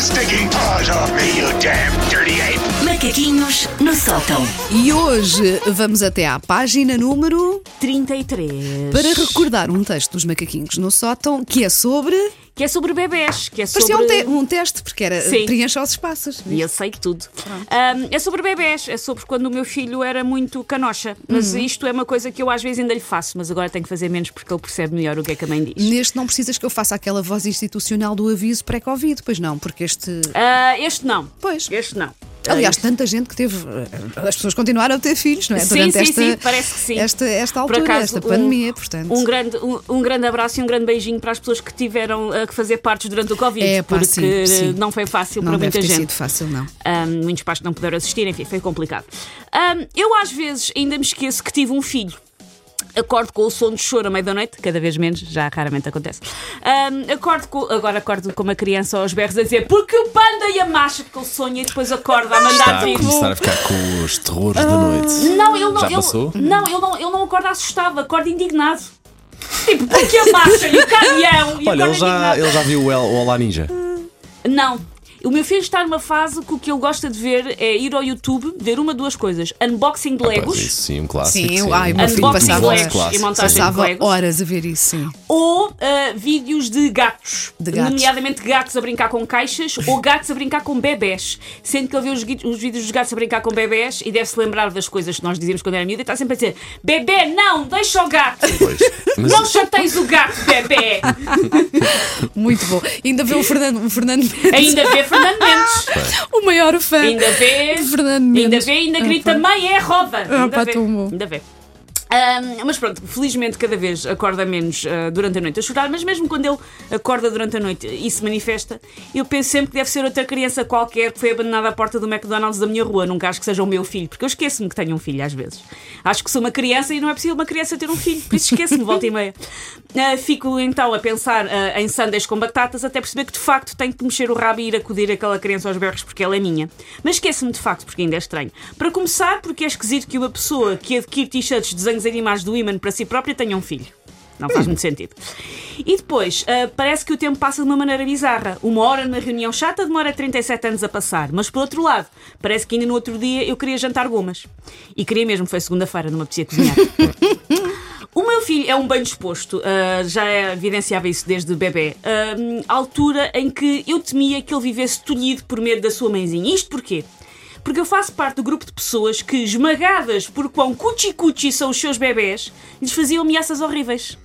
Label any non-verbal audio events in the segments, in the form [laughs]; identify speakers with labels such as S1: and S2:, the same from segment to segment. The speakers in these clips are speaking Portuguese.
S1: sticking paws off me, you damn dirty ape!
S2: Macaquinhos no sótão.
S3: E hoje vamos até à página número
S4: 33.
S3: para recordar um texto dos macaquinhos no sótão que é sobre.
S4: Que é sobre bebés. Que é sobre...
S3: Parecia um, te- um teste, porque era
S4: Sim.
S3: preencha os espaços.
S4: E eu sei tudo. Ahm, é sobre bebés, é sobre quando o meu filho era muito canocha. Mas
S3: Uhum.
S4: isto é uma coisa que eu às vezes ainda lhe faço, mas agora tenho que fazer menos porque ele percebe melhor o que é que a mãe diz.
S3: Neste não precisas que eu faça aquela voz institucional do aviso pré-Covid, pois não, porque este.
S4: Ah, este não.
S3: Pois.
S4: Este não.
S3: Aliás,
S4: Ah,
S3: tanta gente que teve. eh, As pessoas continuaram a ter filhos, não é?
S4: Sim,
S3: Durante
S4: sim,
S3: esta,
S4: sim, parece que sim.
S3: Esta, esta
S4: Por
S3: altura,
S4: acaso,
S3: esta
S4: um-
S3: pandemia, portanto.
S4: Um grande, um, um grande abraço e um grande beijinho para as pessoas que tiveram ah, que fazer partos durante o Covid,
S3: É, pá,
S4: porque
S3: sim, sim.
S4: não foi fácil
S3: não
S4: para
S3: deve
S4: muita
S3: ter
S4: gente.
S3: sido fácil, não.
S4: Ahm, muitos pais que não puderam assistir, enfim, foi complicado. Ahm, eu às vezes ainda me esqueço que tive um filho. Acordo com o som de choro à meia-noite, cada vez menos, já raramente acontece. Ahm, acordo com- agora acordo com uma criança aos berros a dizer porque o panda e a macha que ele sonha e depois acorda a mandar
S5: Está a
S4: vir.
S5: Tá, começar a ficar com os terrores da noite.
S4: Não, ele não,
S5: Já
S4: ele,
S5: passou?
S4: não, ele não, ele não acorda assustado, acorda indignado. Tipo, porque a macha e o caminhão e acorda
S5: Olha, ele já,
S4: indignado.
S5: ele já viu o El- o Olá Ninja.
S4: Não. O meu filho está numa fase que o que ele gosta de ver é ir ao YouTube, ver uma, duas coisas. Unboxing de Legos.
S5: Isso sim, um clássico.
S3: Sim, ai, meu
S5: Um
S3: filho
S5: clássico,
S3: passava-
S5: um
S4: e montagem. Sim.
S3: Passava
S4: Legos.
S3: horas a ver isso, sim.
S4: ou ah, vídeos de gatos,
S3: De gatos.
S4: nomeadamente gatos a brincar com caixas ou gatos a brincar com bebés. Sendo que ele vê os, gui- os vídeos dos gatos a brincar com bebés e deve-se lembrar das coisas que nós dizíamos quando era miúda e está sempre a dizer: bebê, não, deixa o gato,
S5: Pois. Mas
S4: não chateis o gato, bebê.
S3: Muito bom. Ainda vê o Fernando, o Fernando Mendes,
S4: Ainda vê Fernando Mendes,
S3: [laughs] o maior fã.
S4: ainda vê,
S3: de Fernando
S4: ainda
S3: Mendes. Ah,
S4: vê, ainda grita: mãe, é roda. Ainda
S3: pá,
S4: vê,
S3: tão bom.
S4: ainda vê. Ahm, mas pronto, felizmente cada vez acorda menos ah, durante a noite a chorar, mas mesmo quando ele acorda durante a noite e se manifesta, eu penso sempre que deve ser outra criança qualquer que foi abandonada à porta do McDonald's da minha rua. Nunca acho que seja o meu filho, porque eu esqueço-me que tenho um filho às vezes. Acho que sou uma criança e não é possível uma criança ter um filho, por isso esqueço-me, volta e meia. Ah, fico então a pensar ah, em sundays com batatas até perceber que de facto tenho que mexer o rabo e ir acudir aquela criança aos berros porque ela é minha. Mas esqueço-me de facto porque ainda é estranho. Para começar, porque é esquisito que uma pessoa que adquire t-shirts de desenhos animados do Iman para si própria tenha um filho. Não faz muito sentido. E depois, ah, parece que o tempo passa de uma maneira bizarra. Uma hora numa reunião chata demora 37 anos a passar, mas por outro lado, parece que ainda no outro dia eu queria jantar gomas. E queria mesmo, foi segunda-feira, não me apetecia cozinhar. O meu filho é um bem disposto, ah, já evidenciava isso desde bebê. Ahm, A altura em que eu temia que ele vivesse tolhido por medo da sua mãezinha. Isto porquê? Porque eu faço parte do grupo de pessoas que, esmagadas por quão cuchi-cuchi são os seus bebés, lhes faziam ameaças horríveis.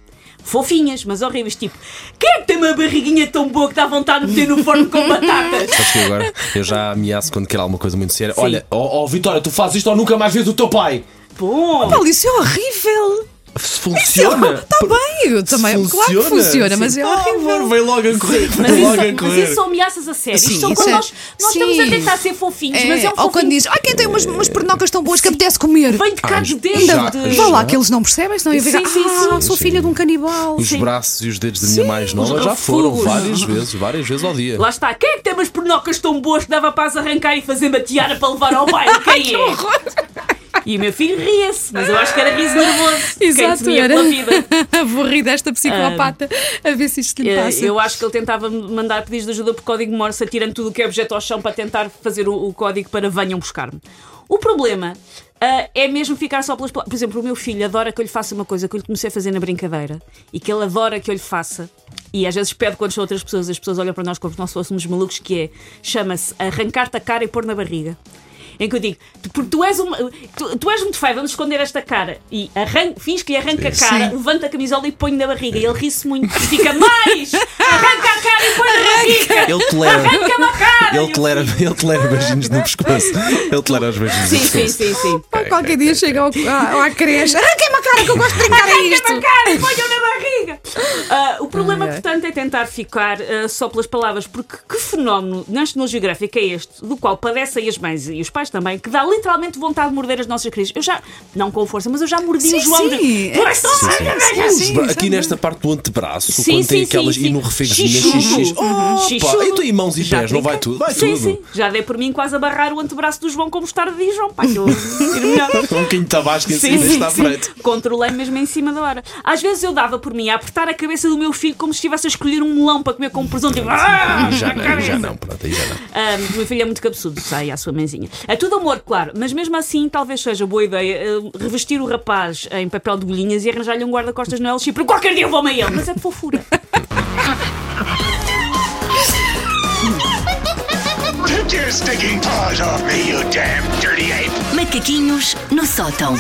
S4: Fofinhas, mas horríveis, tipo: quem é que tem uma barriguinha tão boa que dá vontade de meter no forno
S3: [laughs]
S4: com batatas?
S5: Sabes que eu agora eu já ameaço quando quero alguma coisa muito séria. Olha, oh, ó ó, Vitória, tu fazes isto ou nunca mais vês o teu pai.
S4: Bom!
S3: Paulo, isso é horrível.
S5: Se
S3: é
S5: Funciona.
S3: Está tá bem, eu também. Claro que funciona, mas é
S5: Sim.
S3: horrível.
S5: Ah, Vem logo a correr.
S4: Mas
S5: Vem
S4: isso,
S5: logo a
S4: mas isso
S5: correr.
S4: são ameaças a sério.
S3: Sim,
S4: Isto são
S3: isso
S4: quando
S3: é-
S4: nós, nós estamos a
S3: Sim.
S4: tentar ser fofinhos,
S3: É,
S4: mas é um
S3: ou quando
S4: fofinho
S3: diz, ah, quem tem umas, umas pernocas tão boas que apetece comer.
S4: Vem de cá de dentro.
S5: já-
S4: de-
S3: Vá lá que eles não percebem, senão eu
S4: Sim,
S3: fico,
S4: sim,
S3: ah,
S5: sim.
S3: sou
S5: Sim.
S3: filha de um canibal.
S5: Os braços e os dedos da minha mais nova
S4: os
S5: já foram
S4: refugos.
S5: várias vezes, várias vezes ao dia.
S4: Lá está. Quem é que tem umas pernocas tão boas que dava para as arrancar e fazer mateada para levar ao
S3: [laughs]
S4: baile? Quem é? E o meu filho ria-se, mas eu acho que era riso nervoso. Quem
S3: Exato,
S4: temia
S3: era.
S4: pela vida.
S3: [laughs] Vou desta psicopata a ver se isto lhe
S4: Eh,
S3: passa.
S4: Eu acho que ele tentava mandar pedidos de ajuda por código Morse, atirando tudo o que é objeto ao chão para tentar fazer o, o código para venham buscar-me. O problema ah, é mesmo ficar só pelas. pla- Por exemplo, o meu filho adora que eu lhe faça uma coisa que eu lhe comecei a fazer na brincadeira e que ele adora que eu lhe faça. E às vezes pede quando são outras pessoas, as pessoas olham para nós como se nós fôssemos malucos, que é chama-se arrancar-te a cara e pôr na barriga. Em que eu digo, tu, porque tu és, uma, tu, tu és muito feio, vamos esconder esta cara. E arran, fins que lhe arranca a cara,
S3: Sim.
S4: levanta a camisola e põe na barriga. E ele ri-se muito e fica mais! Arranca a cara e põe na barriga!
S5: Ele tolera.
S4: Arranca-me a cara!
S5: Ele tolera, ele tolera beijinhos no pescoço. Ele tolera os beijinhos
S4: Sim,
S5: no
S4: sim,
S5: pescoço.
S4: sim, sim.
S3: Pá, qualquer dia chega ao, à, à creche. Arranquei-me a cara que eu gosto de brincar a isto.
S4: Arranca-me a cara e ponham na barriga! Ah, o problema,
S3: Ai, ai.
S4: portanto, é tentar ficar ah, só pelas palavras, porque que fenómeno National Geographic é este, do qual padecem as mães e os pais também, que dá literalmente vontade de morder as nossas crianças. Eu já, não com força, mas eu já mordi
S3: Sim,
S4: o
S3: sim.
S4: João. de- é Tu és tão
S3: Sim,
S4: feio,
S3: sim, sim.
S4: velho.
S5: Os bra- Aqui
S3: exatamente.
S5: nesta parte do antebraço,
S4: Sim,
S5: quando tem
S4: sim,
S5: aquelas
S4: sim, sim.
S5: e no refegozinho,
S4: Xixudo.
S5: xixi.
S4: Xixudo.
S5: Opa, então e tu em mãos e
S4: Já
S5: pés, não vai
S4: fica.
S5: tudo? Vai
S4: sim,
S5: tudo.
S4: Sim, já dei por mim quase a barrar o antebraço do João como estar de João, pá, que
S5: [laughs]
S4: eu ir melhor.
S5: Com um bocadinho de tabasco em
S4: Sim,
S5: cima
S4: sim,
S5: está à
S4: sim.
S5: frente.
S4: Controlei mesmo em cima da hora. Às vezes eu dava por mim a apertar a cabeça do meu filho como se estivesse a escolher um melão para comer com presunto. Tipo, "Ah,
S5: Já
S4: na
S5: não,
S4: cabeça."
S5: já não, pronto, aí já não.
S4: Ah, o meu filho é muito cabeçudo, sai à sua mãezinha. É tudo amor, claro, mas mesmo assim talvez seja boa ideia ah, revestir o rapaz em papel de bolhinhas e arranjar-lhe um guarda-costas no LX. Porque qualquer dia eu vou a ele, mas é de fofura.
S1: Take your stinking paws off me, you damn dirty ape!
S2: Macaquinhos no sótão.